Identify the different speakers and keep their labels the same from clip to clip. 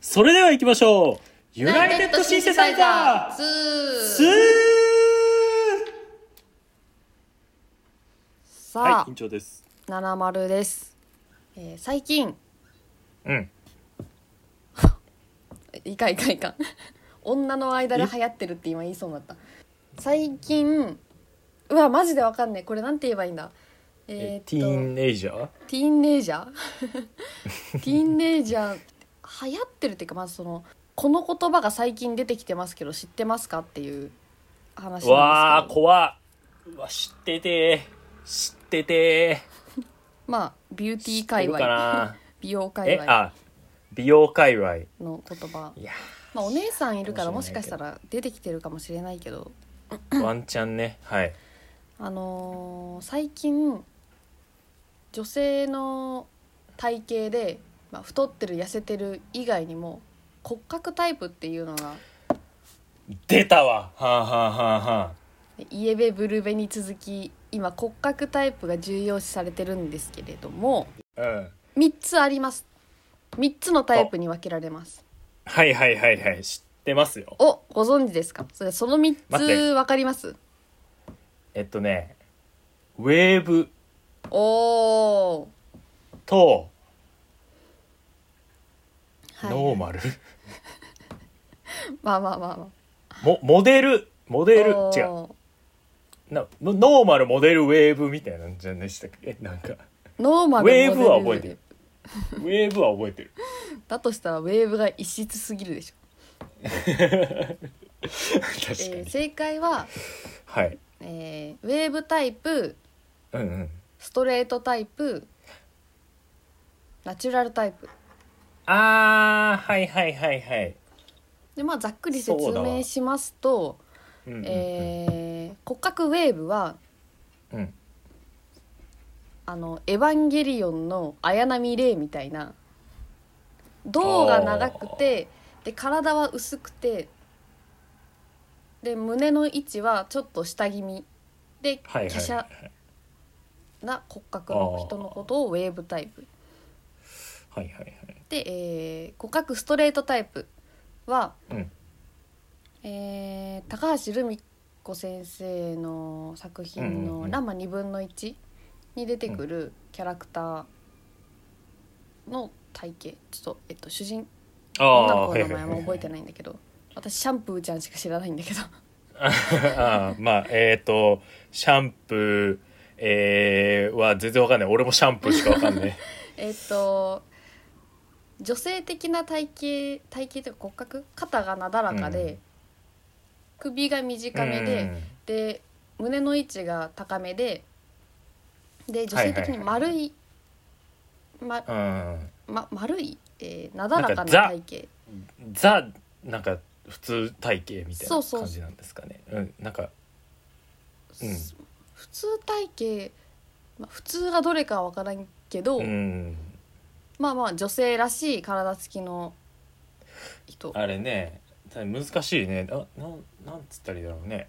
Speaker 1: それでは行きましょうユ
Speaker 2: ユ
Speaker 1: ナイテッドシンセサイザースー
Speaker 2: 2
Speaker 1: は
Speaker 2: さ
Speaker 1: い、院長です。
Speaker 2: あ、70です、えー最近
Speaker 1: うん。
Speaker 2: いかんいかんいかん 女の間で流行ってるって今言いそうになった最近うわマジでわかんないこれなんて言えばいいんだえーっと
Speaker 1: ティーンエイジャー
Speaker 2: ティーンネイジャー ティーンネイジャー流行ってるっていうかまずそのこの言葉が最近出てきてますけど知ってますかっていう話なんですけど
Speaker 1: わあ、怖っうわ、知ってて知ってて
Speaker 2: まあビューティー
Speaker 1: 知っ
Speaker 2: 界
Speaker 1: てるか
Speaker 2: 隈
Speaker 1: な
Speaker 2: 美容界
Speaker 1: え、
Speaker 2: 隈
Speaker 1: あ、美容界隈。い
Speaker 2: の言葉
Speaker 1: や
Speaker 2: まあお姉さんいるから
Speaker 1: かも
Speaker 2: も
Speaker 1: し
Speaker 2: し
Speaker 1: れな
Speaker 2: か
Speaker 1: いけ
Speaker 2: し
Speaker 1: ど
Speaker 2: たら出てきてるかもしれないけど
Speaker 1: ー、ワンチャンね。はい。
Speaker 2: あのー最近女性の体型で、まあ、太ってる痩せてる以外にも骨格タイプっていうのが
Speaker 1: 出たわはあはあはあはあ。
Speaker 2: イエベブルベに続き今骨格タイプが重要視されてるんですけれども
Speaker 1: うん。
Speaker 2: 3つあります3つのタイプに分けられます
Speaker 1: はいはいはいはい。知ってますよ。
Speaker 2: おご存知ですかそれその3
Speaker 1: 待って
Speaker 2: つ分かります
Speaker 1: えっとね、ウェーブ
Speaker 2: おー
Speaker 1: と
Speaker 2: はい
Speaker 1: ノーマル。
Speaker 2: まあまあまあま
Speaker 1: もモデル、モ
Speaker 2: あ
Speaker 1: デル、
Speaker 2: お
Speaker 1: 違
Speaker 2: ー
Speaker 1: う。なノノーマルモデルウェーブみたいなんじゃないでしたっけえなんか
Speaker 2: ノーマルモデ
Speaker 1: ウェ
Speaker 2: ル
Speaker 1: ーブは覚えてるウェーブは覚え てる
Speaker 2: だとしたらウェーブが異質すぎるでしょ、
Speaker 1: 確かに、
Speaker 2: えー正解は、
Speaker 1: はい
Speaker 2: えーウェーブタイプ
Speaker 1: うんうん
Speaker 2: ストレートタイプナチュラルタイプ
Speaker 1: あーはいはいはいはい、
Speaker 2: でまあざっくり説
Speaker 1: そうだわ
Speaker 2: 明しますと、
Speaker 1: うんうんうん
Speaker 2: えー骨格ウェーブは
Speaker 1: うん
Speaker 2: あのエヴァンゲリオンの綾波レイみたいな胴が長くてで体は薄くてで胸の位置はちょっと下気味で
Speaker 1: はいはい
Speaker 2: 華奢な骨格の人のことをウェーブタイプ
Speaker 1: はいはいはい
Speaker 2: で、えー骨格ストレートタイプは、
Speaker 1: うん
Speaker 2: えー高橋留美子先生の作品
Speaker 1: うんうんう
Speaker 2: の
Speaker 1: ん
Speaker 2: 「ランマ2分の1」に出てくるキャラクターの体型ちょっと、えっと、主人
Speaker 1: あ
Speaker 2: 女
Speaker 1: あ
Speaker 2: の子の名前も覚えて
Speaker 1: ない
Speaker 2: ないんだけど私シャンプーちゃんしか知らないんだけど
Speaker 1: あーまあえっ、ー、とシャンプーえー、は全然わかんない俺もシャンプーしかわかん ない
Speaker 2: えっと女性的な体型体型というか骨格肩がなだらかで、
Speaker 1: うん
Speaker 2: 首が短めで。で胸の位置が高めでで女性的に丸い,、
Speaker 1: うん、うん、
Speaker 2: まま、丸い、えーなだら
Speaker 1: な
Speaker 2: かな
Speaker 1: んか
Speaker 2: 体型
Speaker 1: ザなんか普通体型みたい
Speaker 2: そう
Speaker 1: な
Speaker 2: そう
Speaker 1: 感じなんですかねうんなんかうん
Speaker 2: す普通体型、ま、普通がどれかは分からんけど、
Speaker 1: うん
Speaker 2: まあまあ女性らしい体つきの人
Speaker 1: あれね難しいねななんなんつったらいいだろうね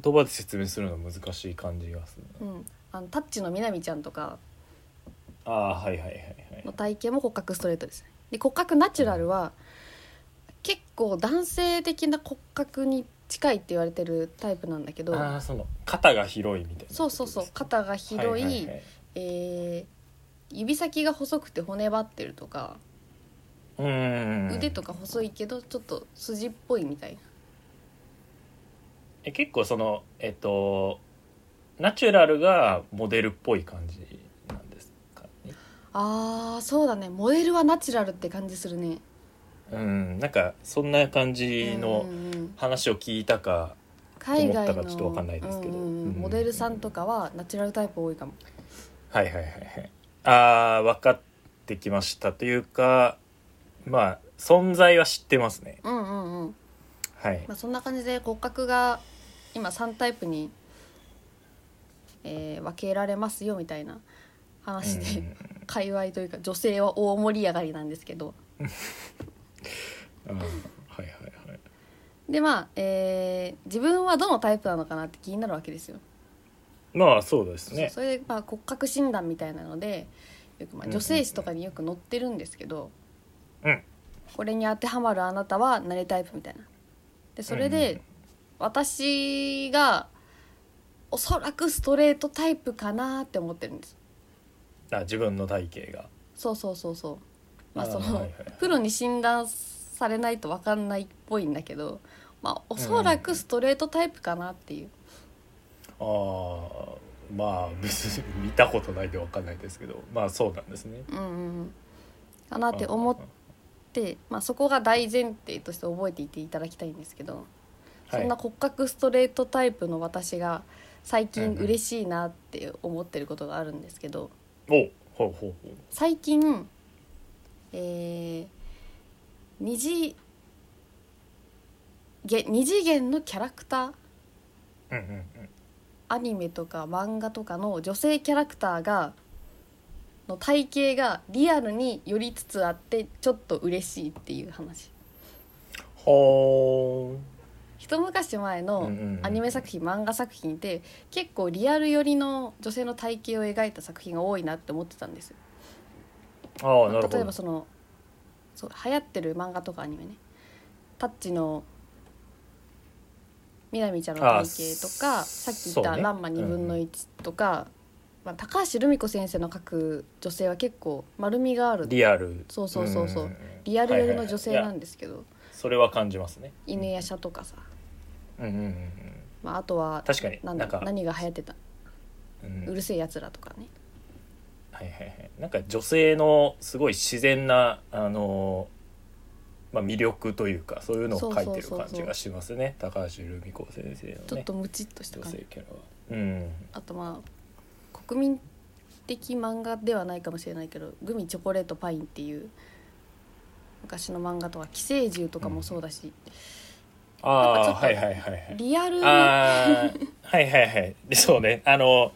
Speaker 1: 言葉で説明するの難しい感じがするな
Speaker 2: うん、あのタッチのみなみちゃんとか
Speaker 1: ああーはいはいはいはい
Speaker 2: の体型も骨格ストレートですねで骨格ナチュラルは結構男性的な骨格に近いって言われてるタイプなんだけど
Speaker 1: ああその肩が広いみたいなことですね、
Speaker 2: そうそうそう肩が広い、
Speaker 1: ははは
Speaker 2: えー指先が細くて骨張ってるとか、
Speaker 1: うーん
Speaker 2: 腕とか細いけどちょっと筋っぽいみたいな
Speaker 1: え結構そのえっとナチュラルがモデルっぽい感じなんですかね
Speaker 2: あーそうだねモデルはナチュラルって感じするね
Speaker 1: うんなんかそんな感じの
Speaker 2: うんうん
Speaker 1: 話を聞いたか
Speaker 2: 海外
Speaker 1: 思ったかちょっとわかんないですけど
Speaker 2: のうんうんうん
Speaker 1: うん
Speaker 2: モデルさんとかはナチュラルタイプ多いかも
Speaker 1: はいはいはいはいああ分かってきましたというかまあ存在は知ってますね
Speaker 2: うんうんうん、
Speaker 1: はい
Speaker 2: まあ、そんな感じで骨格が今3タイプに、えー分けられますよみたいな話で、界隈というか女性は大盛り上がりなんですけど
Speaker 1: うんうんはいはいはい
Speaker 2: でまあ、えー自分はどのタイプなのかなって気になるわけですよ。
Speaker 1: まあそうですね
Speaker 2: そうそれで、まあ、骨格診断みたいなのでよく、
Speaker 1: うんうん
Speaker 2: まあ、
Speaker 1: うん
Speaker 2: 女性誌とかによく載ってるんですけど、
Speaker 1: うん
Speaker 2: これに当てはまるあなたは何タイプみたいなでそれ
Speaker 1: うんうん
Speaker 2: で私がおそらくストレートタイプかなって思ってるんです
Speaker 1: あ自分の体型が
Speaker 2: そうそうそうそうまあ
Speaker 1: あー
Speaker 2: その、
Speaker 1: はいはいはい
Speaker 2: プロに診断されないと分かんないっぽいんだけどまあおそらくストレートタイプかなっていう、
Speaker 1: あーまあ別に見たことないでわかんないですけどまあそうなんですね。
Speaker 2: うんうんうんかなって思って、まあ、そこが大前提として覚えていていただきたいんですけど、
Speaker 1: はい
Speaker 2: そんな骨格ストレートタイプの私が最近
Speaker 1: うんうん
Speaker 2: 嬉しいなって思ってることがあるんですけど、
Speaker 1: おほうほうほう
Speaker 2: 最近えー、二次げ二次元のキャラクター
Speaker 1: うんうんうん
Speaker 2: アニメとか漫画とかの女性キャラクターがの体型がリアルに寄りつつあってちょっと嬉しいっていう話
Speaker 1: ほ
Speaker 2: 一昔前の
Speaker 1: うんうんうん
Speaker 2: アニメ作品漫画作品って結構リアル寄りの女性の体型を描いた作品が多いなって思ってたんですよ
Speaker 1: ーああなるほど
Speaker 2: 例えばそのそう流行ってる漫画とかアニメね「タッチ」のみなみちゃんの体型と
Speaker 1: あ
Speaker 2: かさっき言っ
Speaker 1: そう
Speaker 2: た「
Speaker 1: ね
Speaker 2: ランマ2分の1」とか、まあ、高橋留美子先生の描く女性は結構丸みがある
Speaker 1: リアル
Speaker 2: そうそうそうそうん
Speaker 1: んん
Speaker 2: リアル寄りの女
Speaker 1: は
Speaker 2: 性
Speaker 1: いはい
Speaker 2: な
Speaker 1: はいい
Speaker 2: んですけど、
Speaker 1: やそれは感じますね。
Speaker 2: 犬や舎とかさ、
Speaker 1: うんうんうんうん
Speaker 2: まあ、あとは
Speaker 1: 確かに
Speaker 2: なん
Speaker 1: な
Speaker 2: だ
Speaker 1: んか
Speaker 2: 何が流行ってた
Speaker 1: うん
Speaker 2: うるせえやつらとかね
Speaker 1: はいはいはい、なんか女性のすごい自然な、あのーまあ、魅力というかそういうのを書いてる感じがしますね高橋留美子先生のね
Speaker 2: ちょっとムチっとした
Speaker 1: 女
Speaker 2: 感じ
Speaker 1: 性キャラは。うん、
Speaker 2: あとまあ国民的漫画ではないかもしれないけど「グミチョコレートパイン」っていう昔の漫画とか「寄生獣」とかもそうだし、
Speaker 1: あ
Speaker 2: な
Speaker 1: あ
Speaker 2: んかちょっと
Speaker 1: はいはいはいはい。
Speaker 2: リアル
Speaker 1: あーはいはいはいでそうねあの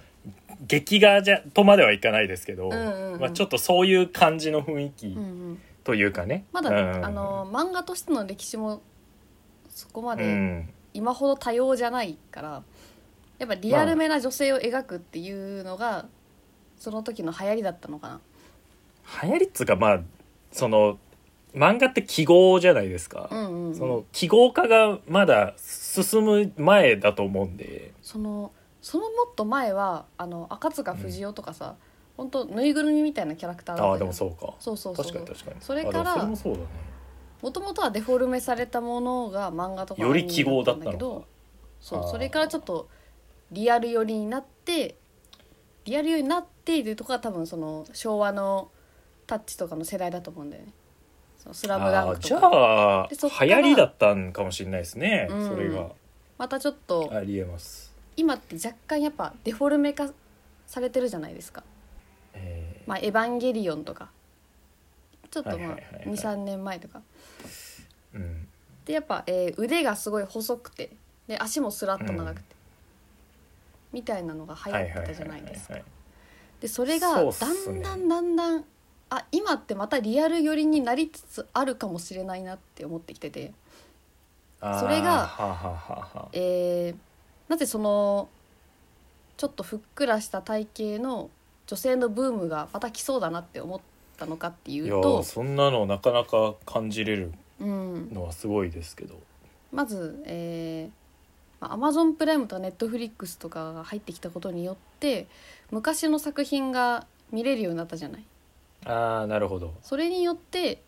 Speaker 1: 劇画じゃとまではいかないですけど、
Speaker 2: うんうんうん
Speaker 1: まあ、ちょっとそういう感じの雰囲気
Speaker 2: うんうん、
Speaker 1: というかね、
Speaker 2: まだ、
Speaker 1: うん
Speaker 2: あの漫画としての歴史もそこま
Speaker 1: う
Speaker 2: で
Speaker 1: ん、
Speaker 2: 今ほど多様じゃないからやっぱリアルめな女性を描くっていうのがその時の流行りだったのかな。
Speaker 1: 流行りっつうかまあその漫画って記号じゃないですか。
Speaker 2: うんうんうん、
Speaker 1: その記号化がまだ進む前だと思うんで
Speaker 2: そのそのもっと前はあの赤塚不二夫とかさ、ほん、本当ぬいぐるみみたいなキャラクターだった
Speaker 1: あ
Speaker 2: じ
Speaker 1: あで
Speaker 2: ゃん
Speaker 1: もそうか
Speaker 2: そうそうそう
Speaker 1: 確かに確かに
Speaker 2: それ
Speaker 1: あ
Speaker 2: から
Speaker 1: でもそれもそうだね
Speaker 2: もともとはデフォルメされたものが漫画とか
Speaker 1: より記号だった
Speaker 2: アニメ
Speaker 1: の
Speaker 2: ど
Speaker 1: か
Speaker 2: そ
Speaker 1: あ
Speaker 2: う
Speaker 1: ー
Speaker 2: それからちょっとリアル寄りになってリアル寄りになっているとこが多分その昭和のタッチとかの世代だと思うんだよね「そのスラムダン
Speaker 1: あ
Speaker 2: ク
Speaker 1: ー
Speaker 2: と
Speaker 1: じゃ
Speaker 2: か
Speaker 1: あ
Speaker 2: でそっか
Speaker 1: 流
Speaker 2: ら
Speaker 1: 行りだったんかもしれないですね、
Speaker 2: うん
Speaker 1: それが
Speaker 2: またちょっと
Speaker 1: ありえます、
Speaker 2: 今って若干やっぱデフォルメ化されてるじゃないですか
Speaker 1: え
Speaker 2: 「まあ、エヴァンゲリオン」とかちょっと
Speaker 1: はい
Speaker 2: ま
Speaker 1: は
Speaker 2: あ
Speaker 1: いはいはい
Speaker 2: 23年前とか
Speaker 1: ーうん、
Speaker 2: でやっぱ、えー腕がすごい細くてで足もスラッと長くて、みたいなのが流行ってたじゃないですか。
Speaker 1: はい
Speaker 2: でそれが
Speaker 1: そうっす
Speaker 2: だん
Speaker 1: ね
Speaker 2: だんだんだんあ今ってまたリアル寄りになりつつあるかもしれないなって思ってきてて、
Speaker 1: あー
Speaker 2: それが
Speaker 1: はあはあはあはあ
Speaker 2: えーなぜそのちょっとふっくらした体型の女性のブームがまた来そうだなって思ったのかってい
Speaker 1: いうや
Speaker 2: と
Speaker 1: ー、そんなのなかなか感じれる
Speaker 2: うん、
Speaker 1: のはすごいですけど
Speaker 2: まず、えー、アマゾンプライムとネットフリックスとかが入ってきたことによって昔の作品が見れるようになったじゃない。
Speaker 1: ああなるほど
Speaker 2: それによって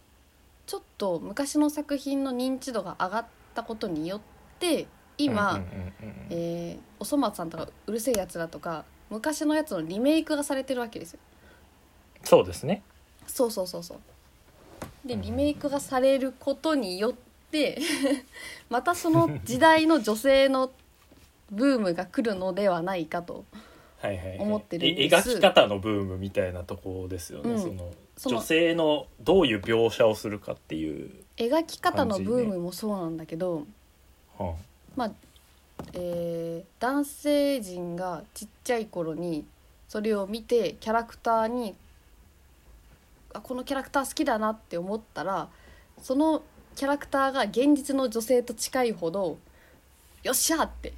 Speaker 2: ちょっと昔の作品の認知度が上がったことによって今、
Speaker 1: うんうんうんうん
Speaker 2: えーおそ松さんとか「うるせえやつら」とか昔のやつのリメイクがされてるわけですよ。
Speaker 1: そうですね
Speaker 2: そうそうそうそうで
Speaker 1: うん
Speaker 2: リメイクがされることによって またその時代の女性のブームが来るのではないかと
Speaker 1: はいはいはい、
Speaker 2: 思ってるん
Speaker 1: え
Speaker 2: です
Speaker 1: 描き方のブームみたいなとこですよね、
Speaker 2: うん
Speaker 1: その
Speaker 2: その
Speaker 1: 女性のどういう描写をするかっていう、
Speaker 2: 描き方のブームもそうなんだけど、
Speaker 1: は
Speaker 2: まあえー男性陣がちっちゃい頃にそれを見てキャラクターにあこのキャラクター好きだなって思ったらそのキャラクターが現実の女性と近いほどよっしゃーって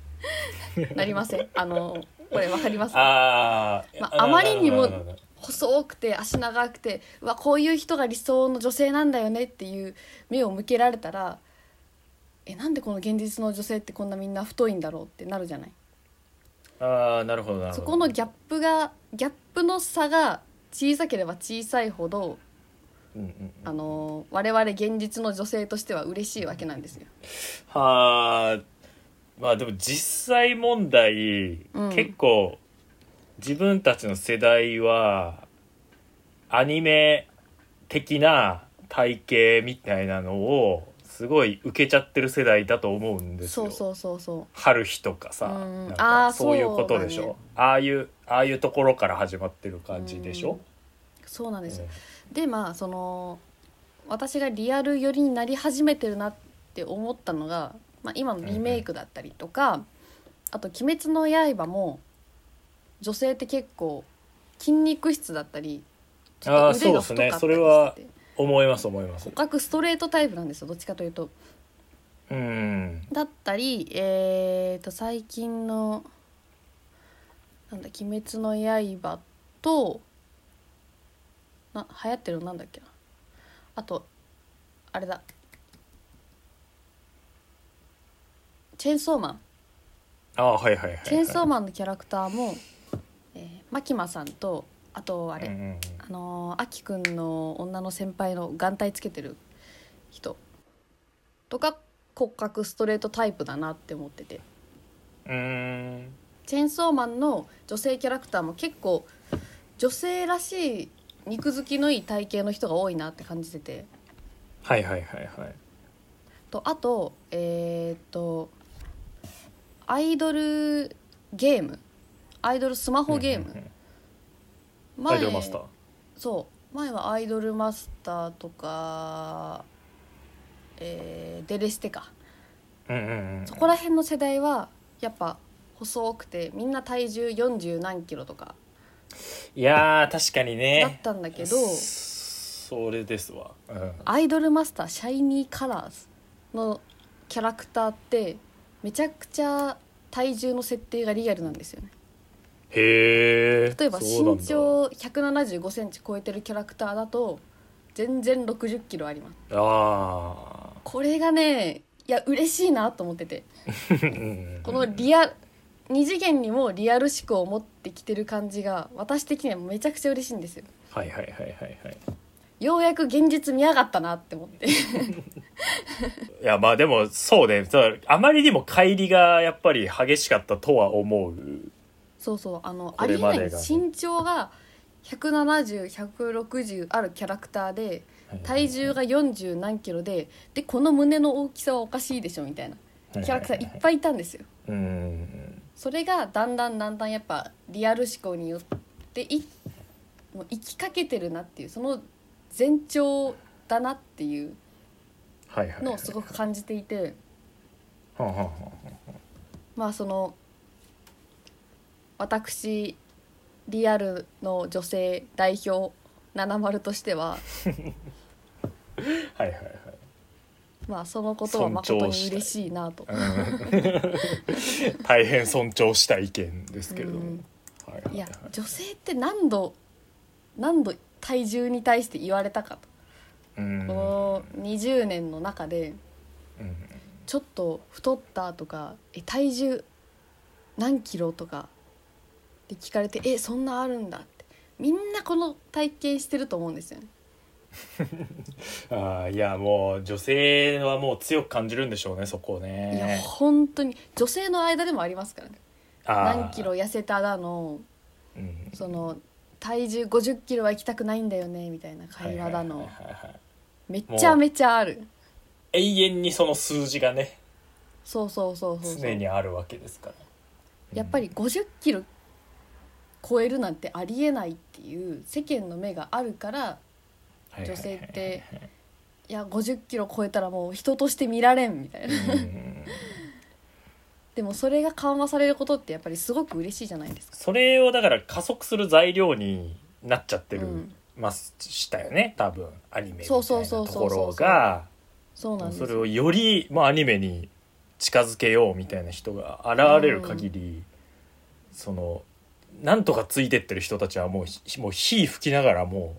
Speaker 2: なりませんあのこれわかります
Speaker 1: ああ
Speaker 2: まああまりにも
Speaker 1: なるほどなるほど
Speaker 2: 細くて足長くてうわこういう人が理想の女性なんだよねっていう目を向けられたらえなんでこの現実の女性ってこんなみんな太いんだろうってなるじゃない
Speaker 1: ああなるほどなるほど
Speaker 2: そこのギャップがギャップの差が小さければ小さいほど
Speaker 1: うんうんうん
Speaker 2: あの我々現実の女性としては嬉しいわけなんですよ。
Speaker 1: はあまあでも実際問題、
Speaker 2: うん
Speaker 1: 結構自分たちの世代はアニメ的な体型みたいなのをすごい受けちゃってる世代だと思うんですよ。
Speaker 2: そうそうそうそ
Speaker 1: 春日とかさ、
Speaker 2: うん
Speaker 1: なん
Speaker 2: あー
Speaker 1: かそういうことでし
Speaker 2: そうだ
Speaker 1: ょ
Speaker 2: ね。
Speaker 1: ああいうああいうところから始まってる感じでしょ。
Speaker 2: うそうなんですよ
Speaker 1: うん
Speaker 2: でまあその私がリアル寄りになり始めてるなって思ったのが、まあ、今のリメイクだったりとか、あと「鬼滅の刃」も女性って結構筋肉質だったりちょ
Speaker 1: あー
Speaker 2: っと腕が太かったりして
Speaker 1: そうですね
Speaker 2: て、
Speaker 1: それは思います思います。
Speaker 2: 各ストレートタイプなんですよどっちかというと。
Speaker 1: うん。
Speaker 2: だったりえー、と最近の「なんだ鬼滅の刃と」な流行ってるのなんだっけなあとあれだチェーンソーマン
Speaker 1: ああはいはいはい、はい。
Speaker 2: チェーンソーマンのキャラクターも、えー、マキマさんとあとあれ、
Speaker 1: うんうんうん
Speaker 2: あのーあきくんの女の先輩の眼帯つけてる人とか骨格ストレートタイプだなって思ってて
Speaker 1: うーん
Speaker 2: チェーンソーマンの女性キャラクターも結構女性らしい肉付きのいい体型の人が多いなって感じてて
Speaker 1: はいはいはいはい
Speaker 2: とあとえーっとアイドルゲームアイドルスマホゲーム、
Speaker 1: うんうんうんア
Speaker 2: 前
Speaker 1: イドルマスター
Speaker 2: そう前はアイドルマスターとか、えーデレステか
Speaker 1: うんうんうん
Speaker 2: そこら辺の世代はやっぱ細くてみんな体重40何キロとか
Speaker 1: いやー確かにね
Speaker 2: だったんだけど、
Speaker 1: それですわ、うん、
Speaker 2: アイドルマスターシャイニーカラーズのキャラクターってめちゃくちゃ体重の設定がリアルなんですよね
Speaker 1: へえ
Speaker 2: 例えば身長1 7 5センチ超えてるキャラクターだと全然6 0キロあります
Speaker 1: ああ
Speaker 2: これがねいや嬉しいなと思っててこの
Speaker 1: ア
Speaker 2: リア二次元にもリアル思考を持ってきてる感じが私的にはめちゃくちゃ嬉しいんですよ
Speaker 1: はいはいはいはいはい
Speaker 2: ようやく現実見やがったなって思って
Speaker 1: いやまあでもそうねそうあまりにも乖離がやっぱり激しかったとは思う
Speaker 2: そうそうあのあ
Speaker 1: こ
Speaker 2: り
Speaker 1: れ
Speaker 2: え
Speaker 1: ま
Speaker 2: な
Speaker 1: で
Speaker 2: い
Speaker 1: が
Speaker 2: 身長が170160あるキャラクターで体重が40何キロででこの胸の大きさはおかしいでしょみたいな
Speaker 1: キ
Speaker 2: キャラクターいっ
Speaker 1: い
Speaker 2: ぱいいたんですよ
Speaker 1: うんうんうん
Speaker 2: それがだんだんだんだんやっぱリアル思考によっていもう生きかけてるなっていうその前兆だなっていう
Speaker 1: はいはいはい
Speaker 2: のをすごく感じていて
Speaker 1: はんはんはん
Speaker 2: まあその私リアルの女性代表70としては
Speaker 1: はいはいはい
Speaker 2: まあそのことは誠に嬉しいなと。
Speaker 1: うん大変尊重した意見ですけれども、
Speaker 2: うん
Speaker 1: はいはいはい
Speaker 2: いや女性って何度何度体重に対して言われたか
Speaker 1: うん
Speaker 2: とこの20年の中で。
Speaker 1: うん
Speaker 2: ちょっと太ったとかえ体重何キロとかって聞かれてえそんなあるんだってみんなこの体験してると思うんですよね
Speaker 1: ああいやもう女性はもう強く感じるんでしょうねそこをね
Speaker 2: いや本当に女性の間でもありますからね
Speaker 1: あー
Speaker 2: 何キロ痩せただの
Speaker 1: うん
Speaker 2: その体重5 0キロは行きたくないんだよねみたいな会話だ
Speaker 1: はい
Speaker 2: の
Speaker 1: はいはいはい
Speaker 2: めちゃめちゃある
Speaker 1: 永遠にその数字がね
Speaker 2: そうそうそうそうそう
Speaker 1: 常にあるわけですから
Speaker 2: やっぱり5 0キロ超えるなんてありえないっていう世間の目があるから
Speaker 1: はいはい
Speaker 2: 女
Speaker 1: はい
Speaker 2: 性っていや5 0キロ超えたらもう人として見られんみたいな
Speaker 1: うん
Speaker 2: でもそれが緩和されることってやっぱりすごく嬉しいじゃないですか
Speaker 1: それをだから加速する材料になっちゃってる、
Speaker 2: うん
Speaker 1: ましたよね多分アニメみたい
Speaker 2: そう
Speaker 1: な
Speaker 2: そう
Speaker 1: と
Speaker 2: そうそうそう
Speaker 1: ころが
Speaker 2: そうなんです
Speaker 1: それ
Speaker 2: よ
Speaker 1: をより、まあ、アニメに近づけようみたいな人が現れる限り、そのなんとかついてってる人たちはもうひもう火吹きながらも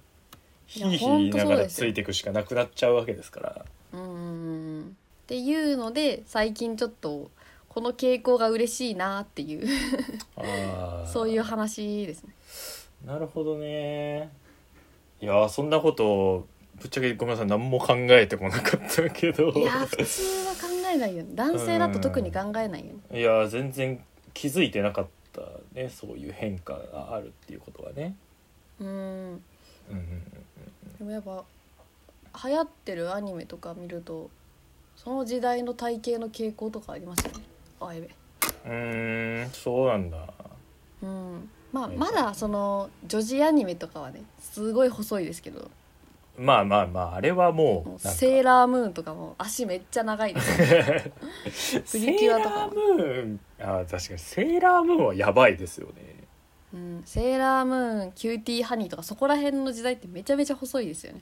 Speaker 1: う火
Speaker 2: いや
Speaker 1: 吹
Speaker 2: ほん
Speaker 1: き
Speaker 2: とそ
Speaker 1: なが
Speaker 2: う
Speaker 1: ら
Speaker 2: です
Speaker 1: つ
Speaker 2: よ
Speaker 1: いていくしかなくなっちゃうわけですから
Speaker 2: うんうんうんっていうので最近ちょっとこの傾向が嬉しいなっていう
Speaker 1: あー
Speaker 2: そういう話ですね。
Speaker 1: なるほどねいやーそんなことぶっちゃけごめんなさい何も考えてこなかったけど
Speaker 2: いやー普通は考えないよね男性だと特に考えないよね。
Speaker 1: いやー全然気づいてなかったねそういう変化があるっていうことはね、
Speaker 2: うん
Speaker 1: うんうん
Speaker 2: でもやっぱ流行ってるアニメとか見るとその時代の体型の傾向とかありますよねあやべ
Speaker 1: うん、うーんそうなんだ
Speaker 2: うんまあまだその女児アニメとかはねすごい細いですけど
Speaker 1: まあまあまああれはもう
Speaker 2: もう
Speaker 1: なんか
Speaker 2: セーラームーンとかも足めっちゃ長いですプリキュアとかは
Speaker 1: セーラームーンあー確かにセーラームーンはやばいですよね
Speaker 2: うん、セーラームーンキューティーハニーとかそこら辺の時代ってめちゃめちゃ細いですよね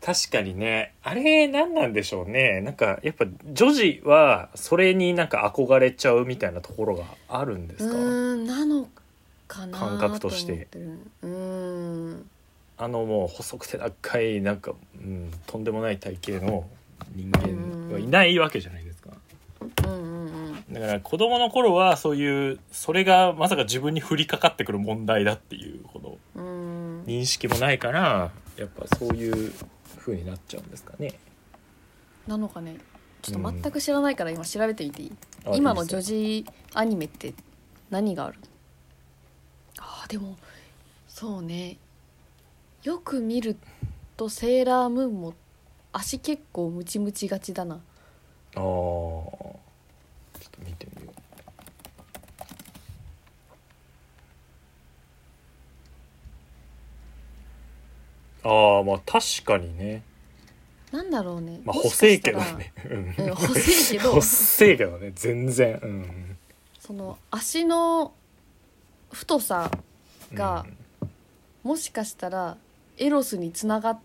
Speaker 1: 確かにねあれ何なんでしょうねなんかやっぱ女児はそれになんか憧れちゃうみたいなところがあるんで
Speaker 2: う
Speaker 1: すか、
Speaker 2: ーんなのかな
Speaker 1: 感覚として
Speaker 2: と思ってるうーん
Speaker 1: あのもう細くて長いなんか、うん、とんでもない体型の人間はいないわけじゃないですか
Speaker 2: うんうんうん
Speaker 1: だから子供の頃はそういうそれがまさか自分に降りかかってくる問題だっていうこの
Speaker 2: うーん
Speaker 1: 認識もないからやっぱそういう風になっちゃうんですかね
Speaker 2: なのかねちょっと全く知らないから今調べてみていい、今の女
Speaker 1: 児
Speaker 2: 児アニメって何があるあーでもそうねよく見るとセーラームーンも足結構ムチムチがちだな
Speaker 1: ああちょっと見てみようああまあ確かにね
Speaker 2: なんだろうね
Speaker 1: まあ
Speaker 2: もしか
Speaker 1: 細い
Speaker 2: した
Speaker 1: け
Speaker 2: ら
Speaker 1: どねうん
Speaker 2: うん細いけど
Speaker 1: 細いけどね全然うん
Speaker 2: その足の太さがもしかしたらエロスにつながっ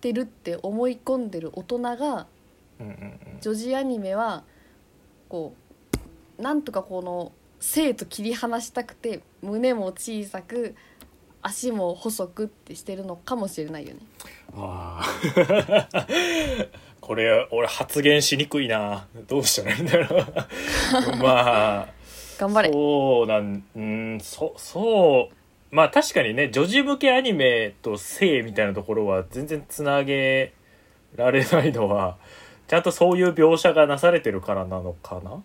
Speaker 2: てるって思い込んでる大人が
Speaker 1: うんうんうん
Speaker 2: 女児アニメはこうなんとかこの生と切り離したくて胸も小さく足も細くってしてるのかもしれないよね
Speaker 1: ああ これ俺発言しにくいなどう したらいいんだろうまあ
Speaker 2: 頑張れ
Speaker 1: そうなんうんそそうまあ確かにね女児向けアニメと性みたいなところは全然つなげられないのは ちゃんとそういう描写がなされてるからなのかな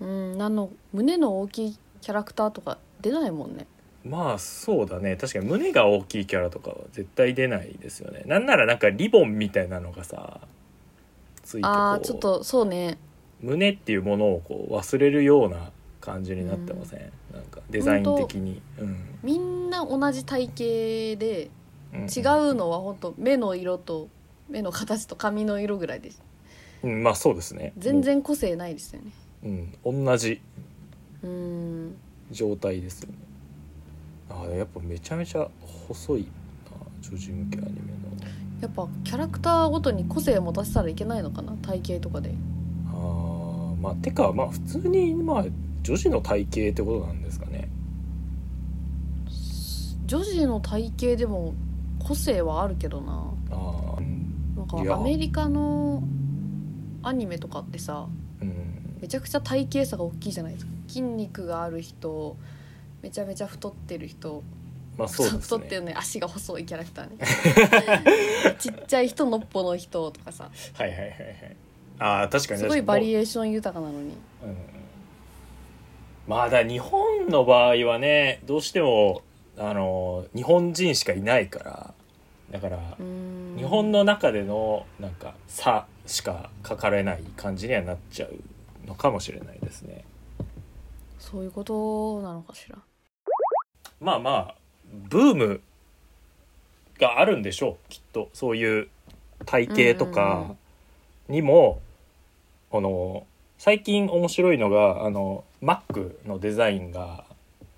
Speaker 2: うんあの胸の大きいキャラクターとか出ないもんね
Speaker 1: まあそうだね確かに胸が大きいキャラとかは絶対出ないですよねなんならなんかリボンみたいなのがさついてこう
Speaker 2: あーちょっとそうね
Speaker 1: 胸っていうものをこう忘れるような感じになってません、なんかデザイン的に、うん
Speaker 2: みんな同じ体型で
Speaker 1: うん、
Speaker 2: 違うのは本当目の色と目の形と髪の色ぐらいです
Speaker 1: うん、まあそうですね
Speaker 2: 全然個性ないですよね
Speaker 1: うん、同じ
Speaker 2: うん
Speaker 1: 状態ですよねあやっぱめちゃめちゃ細いな女児向けアニメ
Speaker 2: やっぱキャラクターごとに個性も出したらいけないのかな体型とかで
Speaker 1: のあーまあてかまあ普通にまあ女児の体型ってことなんですかね
Speaker 2: 女児の体型でも個性はあるけどな
Speaker 1: ああうん、
Speaker 2: なん
Speaker 1: いや
Speaker 2: かアメリカのアニメとかってさ
Speaker 1: うん
Speaker 2: めちゃくちゃ体型差が大きいじゃないですか筋肉がある人めちゃめちゃ太ってる人
Speaker 1: まあそうです
Speaker 2: 太って
Speaker 1: ね
Speaker 2: るのに足が細いキャラクター ねちっちゃい人のっぽの人とかさ
Speaker 1: はいはいはいはいああ確かに
Speaker 2: すごいバリ
Speaker 1: エ、
Speaker 2: エーション豊かなのに
Speaker 1: うんうん、まあだから日本の場合はねどうしてもあの日本人しかいないからだから、
Speaker 2: うーん
Speaker 1: 日本の中でのなんか差しか書かれない感じにはなっちゃうのかもしれないですね
Speaker 2: そういうことなのかしら
Speaker 1: まあまあブームがあるんでしょうきっとそういう体型と
Speaker 2: うんうんう
Speaker 1: かにも、あの最近面白いのがあの Mac のデザインが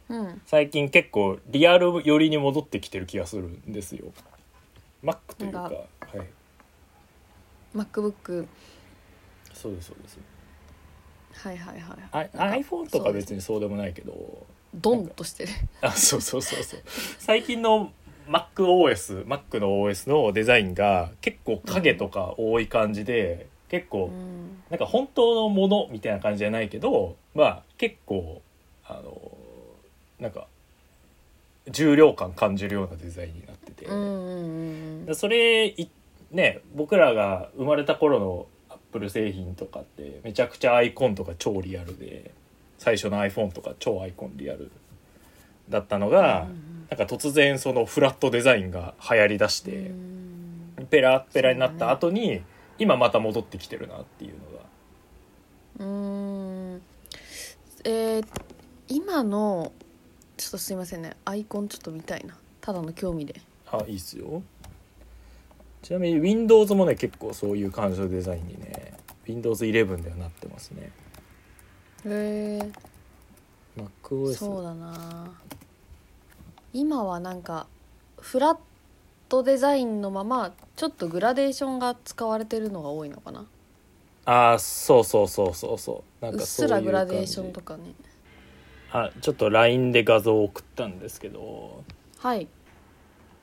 Speaker 2: うん
Speaker 1: 最近結構リアル寄りに戻ってきてる気がするんですよ。Mac というか
Speaker 2: なんか
Speaker 1: はい、
Speaker 2: MacBook
Speaker 1: そうですそうです。
Speaker 2: はいはいはい
Speaker 1: あ
Speaker 2: なんか
Speaker 1: iPhone と
Speaker 2: そ
Speaker 1: か
Speaker 2: うです
Speaker 1: 別にそうでもないけど
Speaker 2: ドンとしてる
Speaker 1: あそうそうそうそう最近の MacOS Mac の OS のデザインが結構影とか多い感じで、結
Speaker 2: う
Speaker 1: 構
Speaker 2: ん
Speaker 1: なんか本当のものみたいな感じじゃないけどまあ結構あのなんか重量感感じるようなデザインになってて、
Speaker 2: うんうんうん
Speaker 1: でそれいね僕らが生まれた頃のアップル製品とかってめちゃくちゃアイコンとか超リアルで最初の iPhone とか超アイコンリアルだったのが、
Speaker 2: うん
Speaker 1: なんか突然そのフラットデザインが流行りだし
Speaker 2: う
Speaker 1: て。
Speaker 2: ん
Speaker 1: ペラッペラになった後に、今また戻ってきてるなっていうのが
Speaker 2: うんえー今のちょっとすいませんねアイコンちょっと見たいなただの興味で
Speaker 1: あいいっすよちなみに Windows もね結構そういう感じのデザインにね Windows11 ではなってますね
Speaker 2: へえ
Speaker 1: MacOS
Speaker 2: そうだな今はなんかフラットデザインのままちょっとグラデーションが使われてるのが多いのかな
Speaker 1: あーそうそうそうそうそうな
Speaker 2: うんっ
Speaker 1: かそう
Speaker 2: す
Speaker 1: いう
Speaker 2: ら
Speaker 1: 感じ
Speaker 2: グラデーションとかね
Speaker 1: あちょっと LINE で画像を送ったんですけど、
Speaker 2: はい、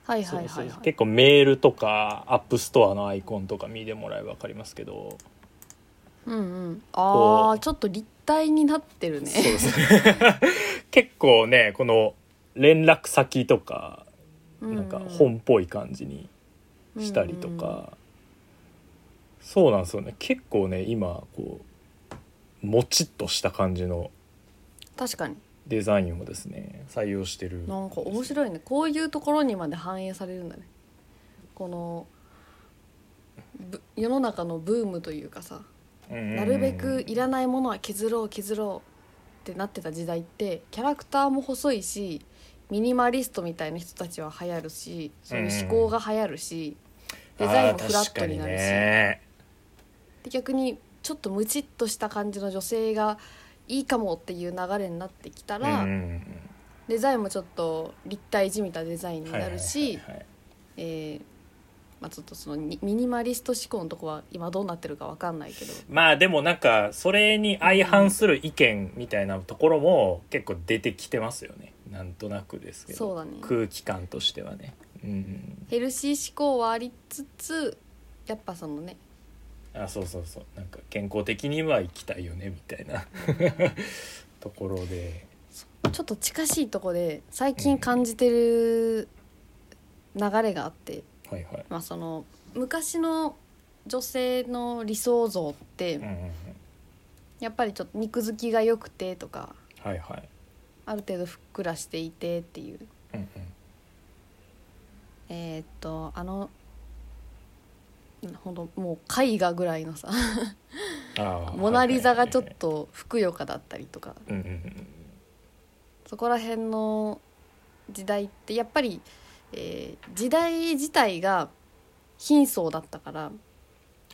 Speaker 2: はいはい
Speaker 1: そ
Speaker 2: は
Speaker 1: う
Speaker 2: い
Speaker 1: そう
Speaker 2: は
Speaker 1: 結
Speaker 2: い
Speaker 1: 構メールとかアップストアのアイコンとか見てもらえば分かりますけど、
Speaker 2: うんうんあ
Speaker 1: こう
Speaker 2: あちょっと立体になって
Speaker 1: そう
Speaker 2: るね
Speaker 1: ですね 結構ねこの連絡先とかなんか本っぽい感じにしたりとか、そうなんですよね結構ね今こうもちっとした感じの
Speaker 2: 確かに
Speaker 1: デザインをですね採用してる
Speaker 2: なんか面白いねこういうところにまで反映されるんだねこのぶ世の中のブームというかさな
Speaker 1: な
Speaker 2: るべくいらないものは削ろう削ろうってなってた時代ってキャラクターも細いしミニマリストみたいな人たちは流行るしそういう思考が流行るし、デザインもフラットになるし、
Speaker 1: ね、
Speaker 2: で逆にちょっとムチっとした感じの女性がいいかもっていう流れになってきた
Speaker 1: うんうん
Speaker 2: ら、
Speaker 1: うん
Speaker 2: デザインもちょっと立体じみたデザインになる
Speaker 1: は
Speaker 2: し、
Speaker 1: いはいはいはい
Speaker 2: えーまあ、ちょっとそのにミニマリスト思考のとこは今どうなってるかわかんないけど
Speaker 1: まあでもなんかそれに相反する意見みたいなところも結構出てきてますよねなんとなくですけど
Speaker 2: そうだね
Speaker 1: 空気感としてはねうん
Speaker 2: ヘルシー思考はありつつやっぱそのね
Speaker 1: あそうそうそうなんか健康的には生きたいよねみたい なところで
Speaker 2: ちょっと近しいとこで最近感じてる流れがあって、
Speaker 1: はいはい
Speaker 2: まあ、その昔の女性の理想像って、
Speaker 1: うんうんうん
Speaker 2: やっぱりちょっと肉付きが良くてとか
Speaker 1: はいはい
Speaker 2: ある程度ふっくらしていてっていう
Speaker 1: うん
Speaker 2: えーっとあのうんほんともう絵画ぐらいのさ
Speaker 1: うんあー
Speaker 2: モナ・リザがちょっ
Speaker 1: はい
Speaker 2: とふくよかだったりとか
Speaker 1: はいはいうんうん
Speaker 2: そこら辺の時代ってやっぱり、えー時代自体が貧相だったから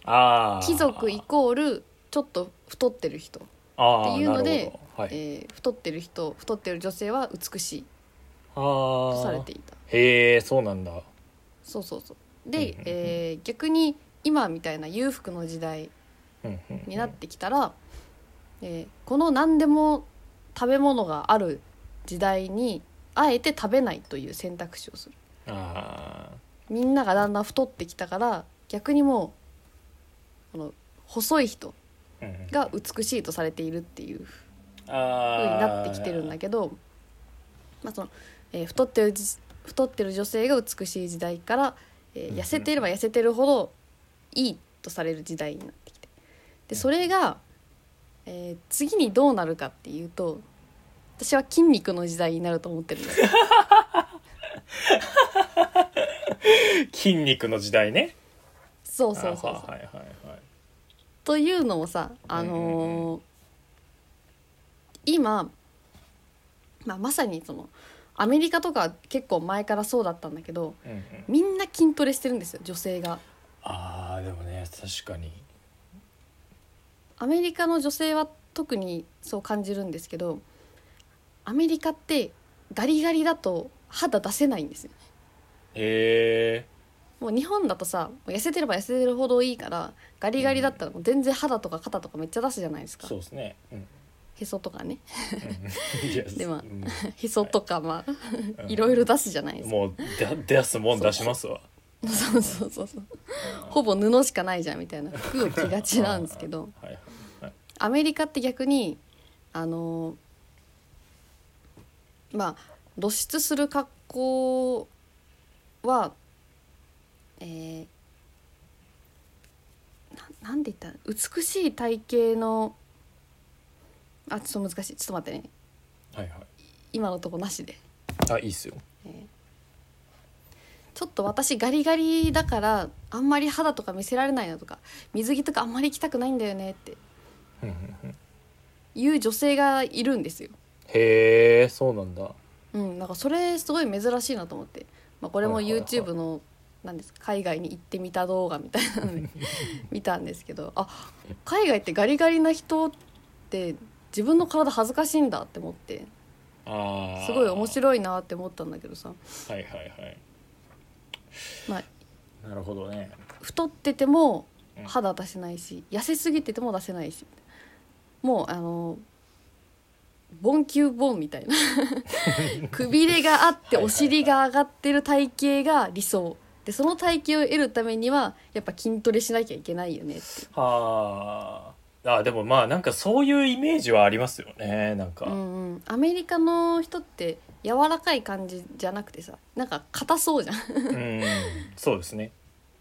Speaker 1: あー
Speaker 2: 貴族イコールちょっと太ってる人、
Speaker 1: あー
Speaker 2: っていうので
Speaker 1: なるほどはい、
Speaker 2: えー太ってる人太ってる女性は美しい
Speaker 1: あ
Speaker 2: とされ
Speaker 1: ー
Speaker 2: ていた。
Speaker 1: へえそうなんだは
Speaker 2: そうそうそう
Speaker 1: うんうんう
Speaker 2: で
Speaker 1: ん、
Speaker 2: えー逆に今みたいな裕福の時代になってきたら、えーこの何でも食べ物がある時代にあえて食べないという選択肢をする
Speaker 1: あ
Speaker 2: みんながだんだん太ってきたから逆にもうこの細い人
Speaker 1: ーうんうん
Speaker 2: が美しいとされているっていう風に
Speaker 1: あ
Speaker 2: なってきてるんだけど、まあそのえー太ってるじ太ってる女性が美しい時代から、えー
Speaker 1: うん
Speaker 2: 痩せていれば痩せてるほどいいとされる時代になってきてでそれが、えー次にどうなるかっていうと私は筋肉の時代になると思ってる んですよ
Speaker 1: ど筋肉の時代ね
Speaker 2: そうそうそう
Speaker 1: あ
Speaker 2: そ
Speaker 1: ー
Speaker 2: う
Speaker 1: はいはいはい
Speaker 2: というのもさあのー今、まあ、まさにそのアメリカとかは結構前からそうだったんだけど、
Speaker 1: うんうん
Speaker 2: みんな筋トレしてるんですよ女性が
Speaker 1: ああでもね確かに
Speaker 2: アメリカの女性は特にそう感じるんですけどアメリカってガリガリだと肌出せないんですよ
Speaker 1: へえ
Speaker 2: もう日本だとさもう痩せてれば痩せてるほどいいからガリガリだったらもう全然肌とか肩とかめっちゃ出すじゃないですか、
Speaker 1: そうですねうん
Speaker 2: へそとかね
Speaker 1: いや
Speaker 2: で
Speaker 1: う
Speaker 2: も
Speaker 1: ん
Speaker 2: へそとかまあ
Speaker 1: うん
Speaker 2: いろいろ出すじゃないですか、
Speaker 1: もうだ出すもん出しますわ
Speaker 2: そうそうそうそうほぼ布しかないじゃんみたいな服を着がちなんですけど
Speaker 1: はいはい
Speaker 2: アメリカって逆にあのまあ露出する格好はえー、ななんで言ったら美しい体型のあちょっと難しいちょっと待ってね
Speaker 1: はい
Speaker 2: 今のとこなしで
Speaker 1: はいあいいっすよ
Speaker 2: ちょっと私ガリガリだからあんまり肌とか見せられないなとか水着とかあんまり着たくないんだよねって
Speaker 1: うんうんうん
Speaker 2: いう女性がいるんですよ。
Speaker 1: へえそうなんだ
Speaker 2: うん、なんかそれすごい珍しいなと思って、まあ、これも
Speaker 1: はいはいはい
Speaker 2: YouTube のなんですか海外に行ってみた動画みたいな ので見たんですけどあ海外ってガリガリな人って自分の体恥ずかしいんだって思って
Speaker 1: ああ
Speaker 2: すごい面白いなって思ったんだけどさ、
Speaker 1: いはいはいはい
Speaker 2: まあ、
Speaker 1: なるほどね
Speaker 2: 太ってても
Speaker 1: うん
Speaker 2: 肌出せないし痩せすぎてても出せないしもうあのボンキューボンみ たいなくびれがあって
Speaker 1: はいはいはい
Speaker 2: お尻が上がってる体型が理想でその体型を得るためにはやっぱ筋トレしなきゃいけないよねって
Speaker 1: はああでもまあなんかそういうイメージはありますよねなんか、
Speaker 2: うんうん、アメリカの人って柔らかい感じじゃなくてさなんか硬そうじゃん、
Speaker 1: うんそうですね、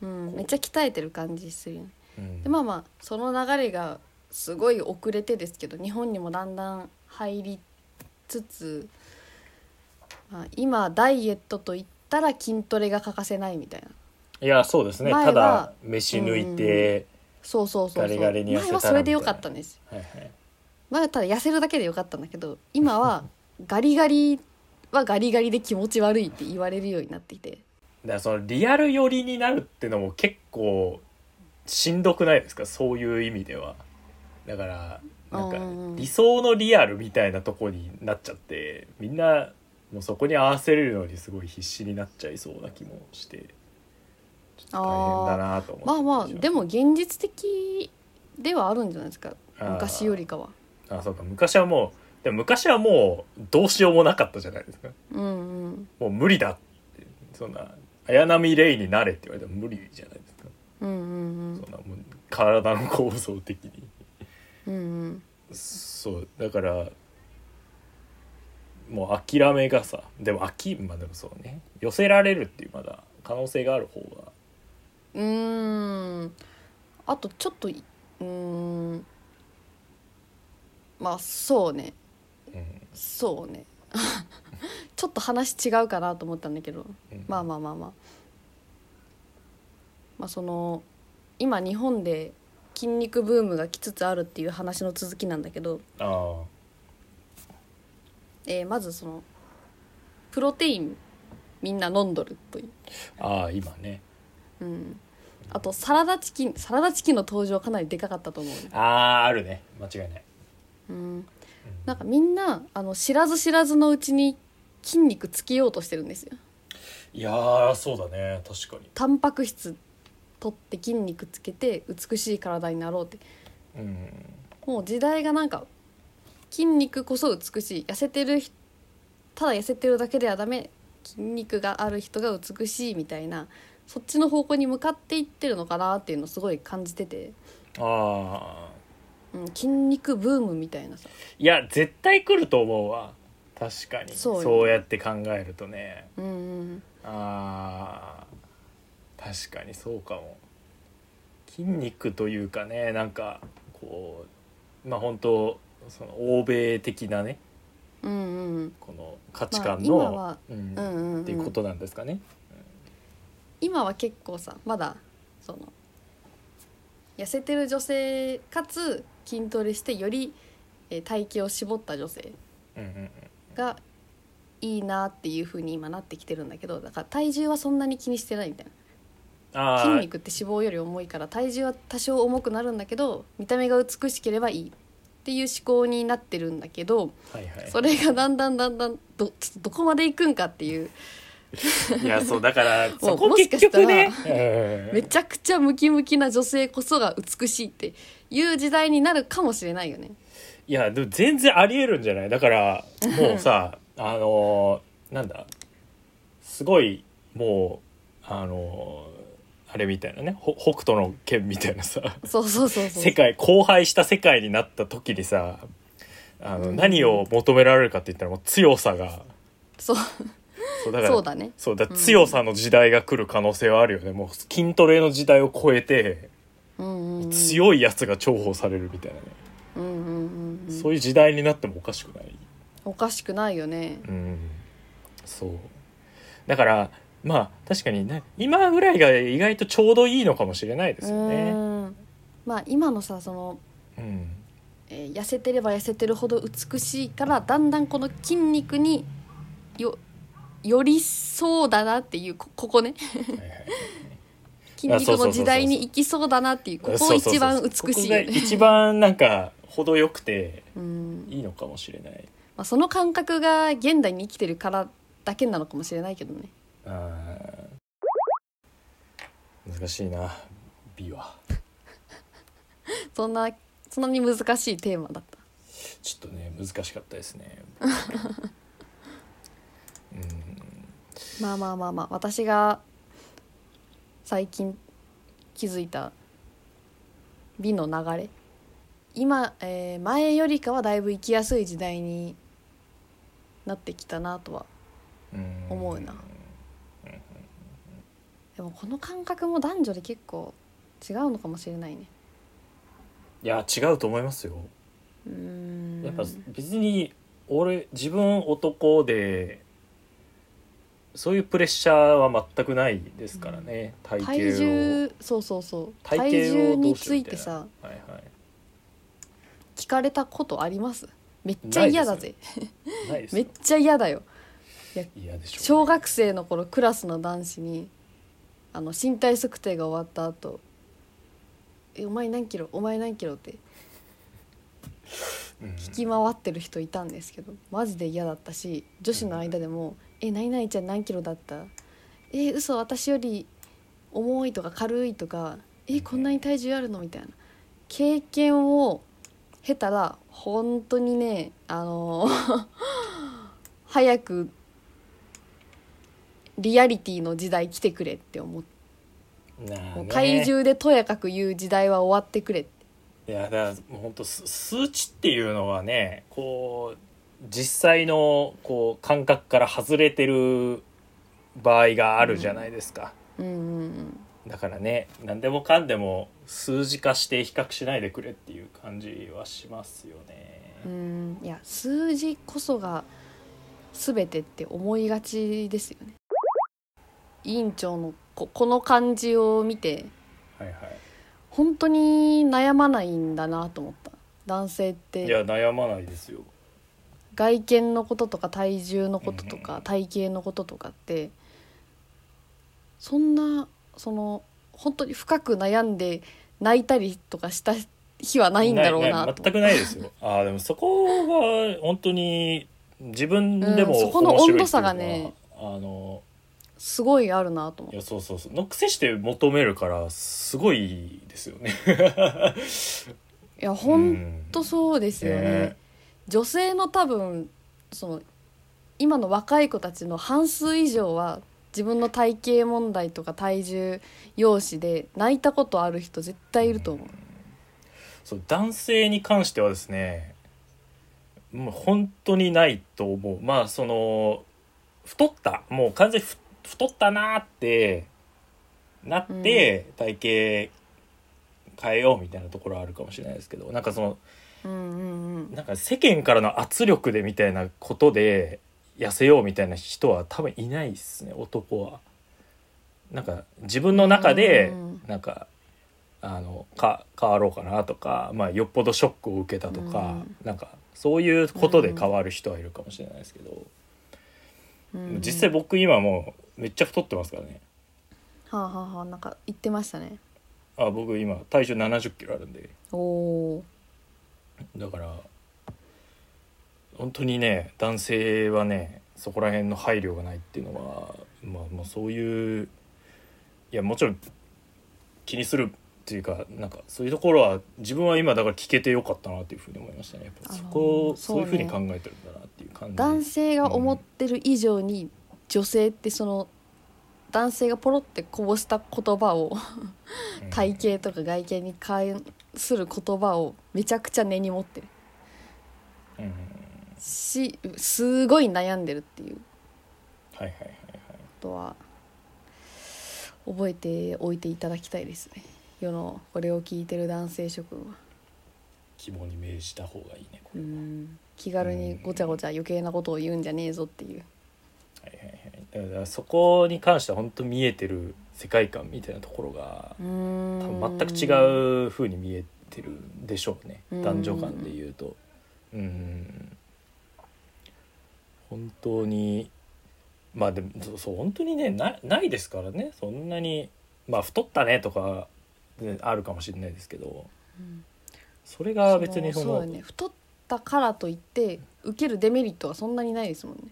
Speaker 2: うん、めっちゃ鍛えてる感じするよね
Speaker 1: うん
Speaker 2: でまあまあその流れがすごい遅れてですけど日本にもだんだん入りつつ、まあ、今ダイエットと言ったら筋トレが欠かせないみたいない
Speaker 1: やそうですね
Speaker 2: 前は
Speaker 1: ただ飯抜いて、
Speaker 2: そうそうそう
Speaker 1: ガ
Speaker 2: そう
Speaker 1: リガリに痩せた
Speaker 2: 前
Speaker 1: ら
Speaker 2: はそれでよかったんです
Speaker 1: はいはい
Speaker 2: 前はただ痩せるだけでよかったんだけど今はガリガリはガリガリで気持ち悪いって言われるようになっていて
Speaker 1: だからそのリアル寄りになるってのも結構しんどくないですかそういう意味ではだからなんか
Speaker 2: うん
Speaker 1: 理想のリアルみたいなとこになっちゃってみんなもうそこに合わせるのにすごい必死になっちゃいそうな気もしてちょっと大変だなと思って
Speaker 2: まあまあで
Speaker 1: も
Speaker 2: も現実的ではあるんじゃないですか昔よりかは。
Speaker 1: あそうか昔はもうでも昔はもうどうしようもなかったじゃないですか
Speaker 2: うんうん
Speaker 1: もう無理だってそんな綾波レイになれって言われても無理じゃないですか
Speaker 2: うんうんうん
Speaker 1: そんなもう体の構造的に
Speaker 2: うんうん
Speaker 1: そうだからもう諦めがさでも諦まあでもそうね寄せられるっていうまだ可能性がある方が
Speaker 2: うーんあとちょっというーんまあそうね
Speaker 1: うん、
Speaker 2: そうね ちょっと話違うかなと思ったんだけど
Speaker 1: うん
Speaker 2: まあまあまあまあまあその今日本で筋肉ブームが来つつあるっていう話の続きなんだけど、
Speaker 1: ああ
Speaker 2: えーまずそのプロテインみんな飲んどるという
Speaker 1: ああ今ね
Speaker 2: うんあとサラダチキンサラダチキンの登場かなりでかかったと思うね
Speaker 1: あああるね間違いない、
Speaker 2: うん
Speaker 1: うん
Speaker 2: なんかみんなあの知らず知らずのうちに筋肉つけようとしてるんですよ
Speaker 1: いやーそうだね確かに
Speaker 2: タンパク質取って筋肉つけて美しい体になろうって
Speaker 1: うん
Speaker 2: もう時代がなんか筋肉こそ美しい痩せてる人ただ痩せてるだけではダメ筋肉がある人が美しいみたいなそっちの方向に向かっていってるのかなっていうのをすごい感じてて、
Speaker 1: ああ
Speaker 2: うん、筋肉ブームみたいなさ
Speaker 1: いや絶対来ると思うわ確かに
Speaker 2: そうよ
Speaker 1: やって考えるとね
Speaker 2: うんうん
Speaker 1: あー確かにそうかも筋肉というかねなんかこうまあ本当その欧米的なね
Speaker 2: うんうん
Speaker 1: この価値観の、
Speaker 2: まあ今は
Speaker 1: うん
Speaker 2: うんうんうん
Speaker 1: っていうことなんですかね。
Speaker 2: 今は結構さまだその痩せてる女性かつ筋トレしてよりえー体型を絞った女性
Speaker 1: うんうんうん、
Speaker 2: がいいなっていう風に今なってきてるんだけどだから体重はそんなに気にしてないみたいな
Speaker 1: あ
Speaker 2: 筋
Speaker 1: ー
Speaker 2: 肉って脂肪より重いから体重は多少重くなるんだけど見た目が美しければいいっていう思考になってるんだけど
Speaker 1: はいはい
Speaker 2: それがだんだんだんだんどちょっとどこまで行くんかっていう
Speaker 1: いやそうだからそこ
Speaker 2: もし
Speaker 1: 結
Speaker 2: かした
Speaker 1: 局
Speaker 2: ら
Speaker 1: ね
Speaker 2: めちゃくちゃムキムキな女性こそが美しいっていう時代になるかもしれないよね
Speaker 1: いやでも全然ありえるんじゃないだからもう さあのーなんだすごいもうあのーあれみたいなねほ北斗の拳みたいなさ
Speaker 2: そうそうそうそう
Speaker 1: 世界荒廃した世界になった時にさあの、
Speaker 2: うん
Speaker 1: 何を求められるかって言ったらもう強さが
Speaker 2: そう
Speaker 1: そうだから
Speaker 2: そうだね
Speaker 1: そうだから
Speaker 2: うん
Speaker 1: 強さの時代が来る可能性はあるよね、もう筋トレの時代を超えて
Speaker 2: うんうんい
Speaker 1: 強いやつが重宝されるみたいなね、
Speaker 2: うんうんうん
Speaker 1: そういう時代になってもおかしくない
Speaker 2: おかしくないよね
Speaker 1: うんそうだからまあ確かにね今ぐらいが意外とちょうどいいのかもしれないですよ
Speaker 2: う
Speaker 1: ね
Speaker 2: んまあ今のさその、
Speaker 1: うん
Speaker 2: えー痩せてれば痩せてるほど美しいからだんだんこの筋肉によ寄りそうだなっていうこここね
Speaker 1: はいはい
Speaker 2: 筋肉の時代に行きそうだなっていうここ一番美しい
Speaker 1: こ
Speaker 2: よ
Speaker 1: こが
Speaker 2: ね、
Speaker 1: 一番なんか程よくて
Speaker 2: うん
Speaker 1: いいのかもしれない
Speaker 2: まあ、その感覚が現代に生きてるからだけなのかもしれないけどね
Speaker 1: あー難しいな美は
Speaker 2: そんなそんなに難しいテーマだった
Speaker 1: ちょっとね難しかったです ねうん
Speaker 2: まあまあまあまあ私が最近気づいた美の流れ今、えー前よりかはだいぶ生きやすい時代になってきたなとは
Speaker 1: うん
Speaker 2: 思うなでもこの感覚も男女で結構違うのかもしれないね
Speaker 1: いや違うと思いますよ
Speaker 2: うーん
Speaker 1: やっぱ別に俺自分男でそういうプレッシャーは全くないですからね、体型を
Speaker 2: 体重そうそうそう
Speaker 1: 体型を
Speaker 2: 体重
Speaker 1: ど
Speaker 2: に
Speaker 1: うしよ
Speaker 2: つ
Speaker 1: うみ
Speaker 2: い
Speaker 1: たい
Speaker 2: て
Speaker 1: な
Speaker 2: さ
Speaker 1: はいはい
Speaker 2: 聞かれたことありますめっちゃ嫌だ
Speaker 1: ない
Speaker 2: ぜ
Speaker 1: ないです
Speaker 2: め
Speaker 1: よ
Speaker 2: っちゃ嫌だよ
Speaker 1: 嫌でしょうね
Speaker 2: 小学生の頃クラスの男子にあの身体測定が終わった後えお前何キロお前何キロ?」って
Speaker 1: うん
Speaker 2: 聞き回ってる人いたんですけどマジで嫌だったし女子の間でも「え何々ちゃん何キロだった?」「え嘘私より重い」とか「軽い」とか「えこんなに体重あるの?」みたいな経験を経たら本当にねあの早くリアリティの時代来てくれって思って、
Speaker 1: なあ
Speaker 2: もう
Speaker 1: ね
Speaker 2: 体重でとやかく言う時代は終わってくれって
Speaker 1: いやだからもう本当数値っていうのはねこう実際のこう感覚から外れてる場合があるじゃないですか、
Speaker 2: うんうんうん
Speaker 1: だからね何でもかんでも数字化して比較しないでくれっていう感じはしますよね、
Speaker 2: うーんいや数字こそが全てって思いがちですよね委員長のここの感じを見て
Speaker 1: はいはい
Speaker 2: 本当に悩まないんだなと思った男性っ
Speaker 1: い
Speaker 2: て
Speaker 1: や悩まないですよ
Speaker 2: 外見のこととか体重のことと
Speaker 1: うんう
Speaker 2: か
Speaker 1: ん
Speaker 2: 体型のこととかってそんなその本当に深く悩んで泣いたりとかした日はないんだろうなと思って
Speaker 1: 全くないですよああでもそこは本当に自分でも
Speaker 2: うんそこの
Speaker 1: 面白い
Speaker 2: 温度差がね
Speaker 1: っていうのはあの
Speaker 2: すごいあるなと思
Speaker 1: い
Speaker 2: って
Speaker 1: やそうそうそうの癖して求めるからすごいですよね。
Speaker 2: いや本
Speaker 1: 当
Speaker 2: とそうですよね、女性の多分その今の若い子たちの半数以上は自分の体型問題とか体重容姿で泣いたことある人絶対いると思う、
Speaker 1: そう男性に関してはですねもう本当にないと思うまあその太ったもう完全にふ太ったなーってなって体型変えようみたいなところはあるかもしれないですけどなんかその
Speaker 2: うんうんうん
Speaker 1: なんか世間からの圧力でみたいなことで痩せようみたいな人は多分いないですね男は。なんか自分の中で
Speaker 2: うん
Speaker 1: なんかあのか変わろうかなとか、まあ、よっぽどショックを受けたとか、なんかそういうことで変わる人はいるかもしれないですけど、
Speaker 2: うんうん
Speaker 1: 実際僕今もうめっちゃ太ってますからね
Speaker 2: はあ、はあはあ、なんか言ってましたね
Speaker 1: あ僕今体重7 0キロあるんで
Speaker 2: おお
Speaker 1: だから本当にね男性はねそこら辺の配慮がないっていうのは、まあ、もうそういういやもちろん気にするっていうかなんかそういうところは自分は今だから聞けてよかったなっていうふうに思いましたねやっぱそこ
Speaker 2: あの
Speaker 1: を
Speaker 2: そ
Speaker 1: そうう
Speaker 2: ね
Speaker 1: いうふうに考えてるんだなっていう感じ
Speaker 2: 男性が思ってる以上に女性ってその男性がポロってこぼした言葉を
Speaker 1: うん
Speaker 2: 体型とか外見に関する言葉をめちゃくちゃ根に持ってる
Speaker 1: うんはい
Speaker 2: しすごい悩んでるっていう
Speaker 1: はいはい
Speaker 2: ことは覚えておいていただきたいですね世のこれを聞いてる男性諸君は
Speaker 1: 希望に銘じた方がいいねこ
Speaker 2: う
Speaker 1: れは
Speaker 2: ん気軽にごちゃごちゃ余計なことを言うんじゃねえぞっていう
Speaker 1: はいだからそこに関しては本当見えてる世界観みたいなところが
Speaker 2: う
Speaker 1: 多
Speaker 2: ん
Speaker 1: 分全く違う風に見えてるんでしょうね
Speaker 2: うん
Speaker 1: 男女間で言うとうん本当にまあでもそうそう本当にねなないですからねそんなにまあ太ったねとかねあるかもしれないですけど
Speaker 2: うん
Speaker 1: それが別にそ
Speaker 2: そう
Speaker 1: の
Speaker 2: だね太ったからといって受けるデメリットはそんなにないですもんね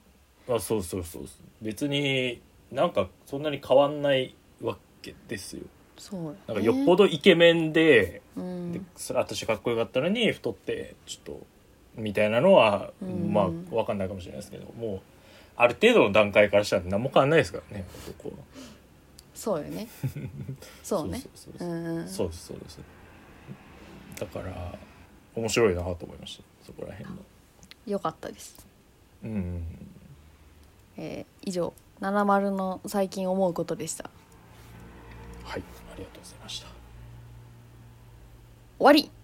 Speaker 1: あそうそうそうそう別になんかそんなに変わんないわけですよ
Speaker 2: そうよね
Speaker 1: なんかよっぽどイケメンで
Speaker 2: うん
Speaker 1: でそれ私かっこよかったのに太ってちょっとみたいなのは、
Speaker 2: うん
Speaker 1: まあ分かんないかもしれないですけどもうある程度の段階からしたら何も変わんないですからね男は
Speaker 2: そうよ ねそうね
Speaker 1: そう
Speaker 2: う
Speaker 1: そうん
Speaker 2: うん
Speaker 1: そうそうですそうですだから面白いなと思いましたそこら辺の
Speaker 2: よかったです
Speaker 1: うん
Speaker 2: えー以上「ななまるの最近思うこと」でした
Speaker 1: はいありがとうございました
Speaker 2: 終わり